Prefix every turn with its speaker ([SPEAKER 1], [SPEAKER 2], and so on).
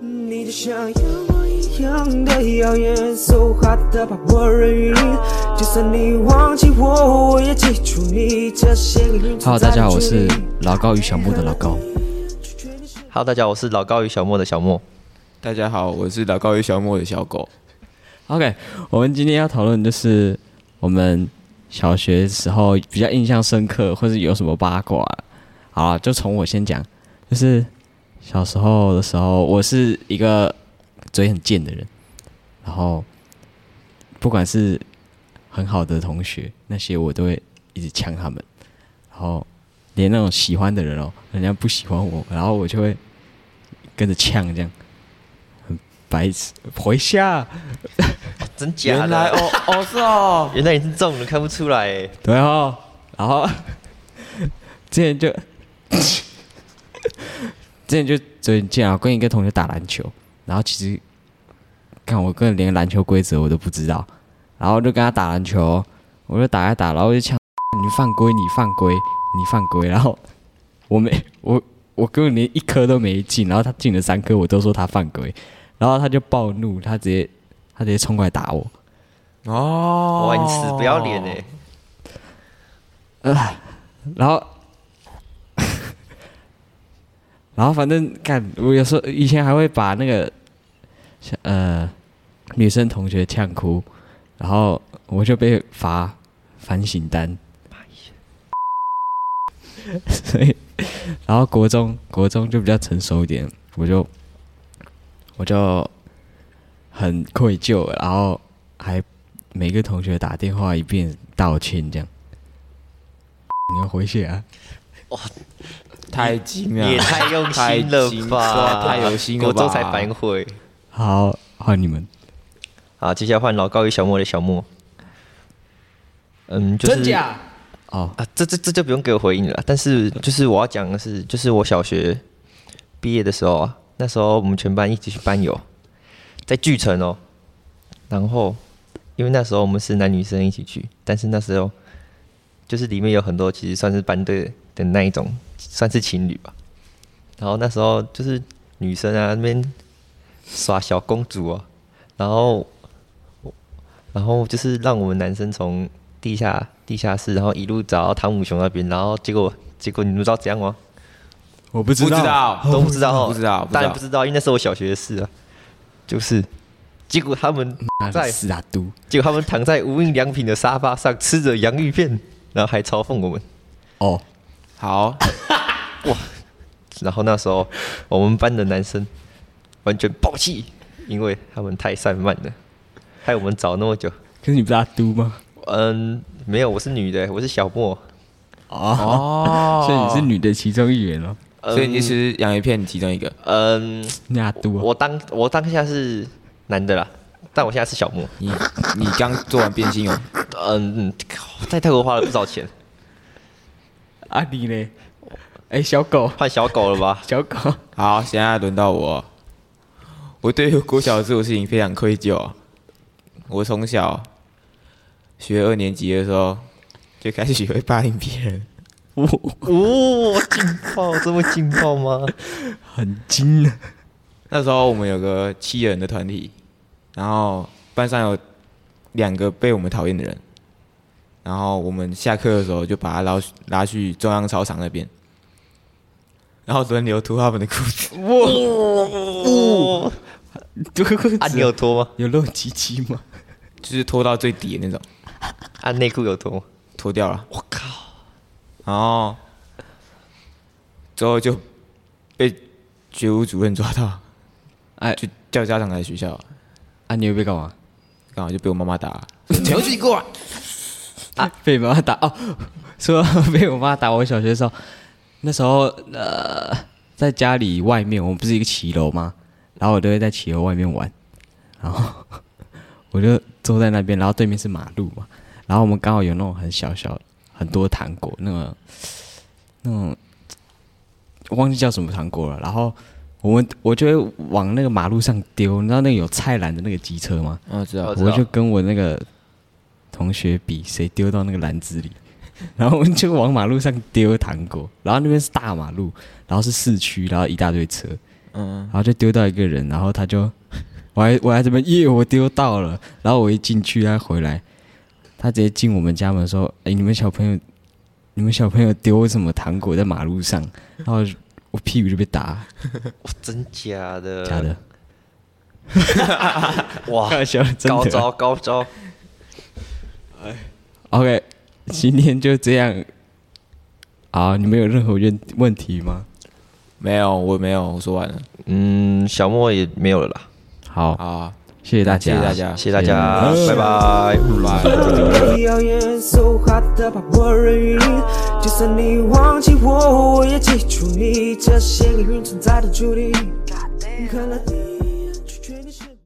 [SPEAKER 1] 你就像阳光一样的耀眼，so hot 的把我热晕。就算你忘记我，我也记住你。这些个云
[SPEAKER 2] Hello，大家好，我是老高与小莫的老高。
[SPEAKER 3] Hello，大家好，我是老高与小莫的小莫。
[SPEAKER 4] 大家好，我是老高与小莫的小狗。
[SPEAKER 2] OK，我们今天要讨论就是我们小学时候比较印象深刻，或是有什么八卦。好啊，就从我先讲，就是小时候的时候，我是一个嘴很贱的人，然后不管是很好的同学那些，我都会一直呛他们，然后连那种喜欢的人哦，人家不喜欢我，然后我就会跟着呛，这样很白痴，回下。
[SPEAKER 3] 真假的？
[SPEAKER 4] 原来哦哦是哦，
[SPEAKER 3] 原来你是中的，看不出来哎。
[SPEAKER 2] 对哦，然后之前就之前就最近啊，跟一个同学打篮球，然后其实看我根本连篮球规则我都不知道，然后就跟他打篮球，我就打一打，然后我就呛你犯规，你犯规，你犯规，然后我没我我根本连一颗都没进，然后他进了三颗，我都说他犯规，然后他就暴怒，他直接他直接冲过来打我，
[SPEAKER 4] 哦，
[SPEAKER 3] 哇，你死不要脸哎！
[SPEAKER 2] 然后， 然后反正干，我有时候以前还会把那个，呃，女生同学呛哭，然后我就被罚反省单。 所以，然后国中国中就比较成熟一点，我就我就很愧疚，然后还每个同学打电话一遍道歉，这样你要回血啊！
[SPEAKER 4] 太精了，
[SPEAKER 3] 你也太用心了吧，
[SPEAKER 4] 哦 太精太有心了 吧，
[SPEAKER 3] 国中才反悔。
[SPEAKER 2] 好，换你们。
[SPEAKER 3] 好，啊接下来换老高与小莫的小莫。嗯，就是
[SPEAKER 2] 哦，
[SPEAKER 3] 啊，这这这就不用给我回应了。但是就是我要讲的是，就是我小学毕业的时候啊，那时候我们全班一起去班游，在巨城哦。然后因为那时候我们是男女生一起去，但是那时候就是里面有很多其实算是班队的那一种，算是情侣吧。然后那时候就是女生啊那边耍小公主啊，然后然后就是让我们男生从地下地下室，然后一路找到汤姆熊那边，然后结果结果你们知道怎样吗？
[SPEAKER 2] 我不
[SPEAKER 4] 不知道，
[SPEAKER 3] 都不知道哦，
[SPEAKER 4] 不知道，
[SPEAKER 3] 当然不
[SPEAKER 4] 知道。
[SPEAKER 3] 知道，因为那是我小学的事啊。就是，结果他们在
[SPEAKER 2] 斯达都，
[SPEAKER 3] 结果他们躺在无印良品的沙发上吃着洋芋片，然后还嘲讽我们。
[SPEAKER 2] 哦，
[SPEAKER 4] 好，
[SPEAKER 3] 然后那时候我们班的男生完全爆气，因为他们太散漫了，害我们找那么久。
[SPEAKER 2] 可是你不是阿都吗？
[SPEAKER 3] 嗯，没有，我是女的，我是小莫。
[SPEAKER 2] 哦，
[SPEAKER 4] 哦，
[SPEAKER 2] 所以你是，女的其中一员哦，
[SPEAKER 3] 嗯
[SPEAKER 4] 所以你是洋芋片其中一个，
[SPEAKER 3] 嗯，
[SPEAKER 2] 你阿都哦，
[SPEAKER 3] 我当我当下是男的啦，但我现在是小莫。
[SPEAKER 4] 你你刚做完变性哦，
[SPEAKER 3] 嗯，嗯靠在泰国花了不少钱，
[SPEAKER 2] 阿啊你嘞？哎，小狗，
[SPEAKER 3] 换小狗了吧？
[SPEAKER 2] 小狗，
[SPEAKER 4] 好，现在轮到我。我对于国小这种事情非常愧疚。啊我从小学二年级的时候就开始学会霸凌别人，
[SPEAKER 3] 哦，劲爆，这么劲爆吗？
[SPEAKER 2] 很精啊，
[SPEAKER 4] 那时候我们有个七人的团体，然后班上有两个被我们讨厌的人，然后我们下课的时候就把他拉去拉去中央操场那边，然后轮流脱他们的裤 子，
[SPEAKER 3] 哦，啊，你有脱吗？
[SPEAKER 2] 有露鸡鸡吗？
[SPEAKER 4] 就是脱到最底的那种，
[SPEAKER 3] 啊，内裤有脱吗？
[SPEAKER 4] 脱掉了，
[SPEAKER 3] 我靠，
[SPEAKER 4] 然后之后就被学务主任抓到，
[SPEAKER 2] 哎，
[SPEAKER 4] 就叫家长来学校，
[SPEAKER 2] 啊，你有被干嘛？
[SPEAKER 4] 刚好就被我妈妈打了。
[SPEAKER 2] 被妈妈打哦， 说被我妈打。我小学的时候，那时候呃，在家里外面，我们不是一个骑楼吗？然后我都会在骑楼外面玩，然后 我就坐在那边，然后对面是马路嘛，然后我们刚好有那种很小小很多糖果，那个那种我忘记叫什么糖果了，然后。我们我就会往那个马路上丢，你知道那个有菜篮的那个机车吗？
[SPEAKER 4] 嗯，知
[SPEAKER 3] 哦道
[SPEAKER 2] 我就跟我那个同学比谁丢到那个篮子里， 然后我们就往马路上丢糖果，然后那边是大马路，然后是市区，然后一大堆车，
[SPEAKER 4] 嗯
[SPEAKER 2] 然后就丢到一个人，然后他就， 我还我还这边耶，我丢到了，然后我一进去，他回来，他直接进我们家门说，哎，你们小朋友，你们小朋友丢什么糖果在马路上？然后我屁股就被打，
[SPEAKER 3] 哇真假的？
[SPEAKER 2] 假的，
[SPEAKER 3] 哇
[SPEAKER 2] 开，玩笑，真
[SPEAKER 3] 高
[SPEAKER 2] 的。
[SPEAKER 3] 招高招，
[SPEAKER 2] OK，今天就这样。啊，你们有任何问问题吗？
[SPEAKER 4] 没有，我没有，我说完了。
[SPEAKER 3] 嗯，小莫也没有了啦，
[SPEAKER 2] 好，
[SPEAKER 4] 好啊，
[SPEAKER 2] 谢谢大
[SPEAKER 4] 谢
[SPEAKER 2] 家，
[SPEAKER 4] 谢大家，
[SPEAKER 3] 谢谢大家，
[SPEAKER 2] 谢谢
[SPEAKER 3] 拜拜。
[SPEAKER 4] 拜拜。
[SPEAKER 1] 谣言，so hot 的把我热晕。就算你忘记我，我也记住你这些个云存在的注定。看了你。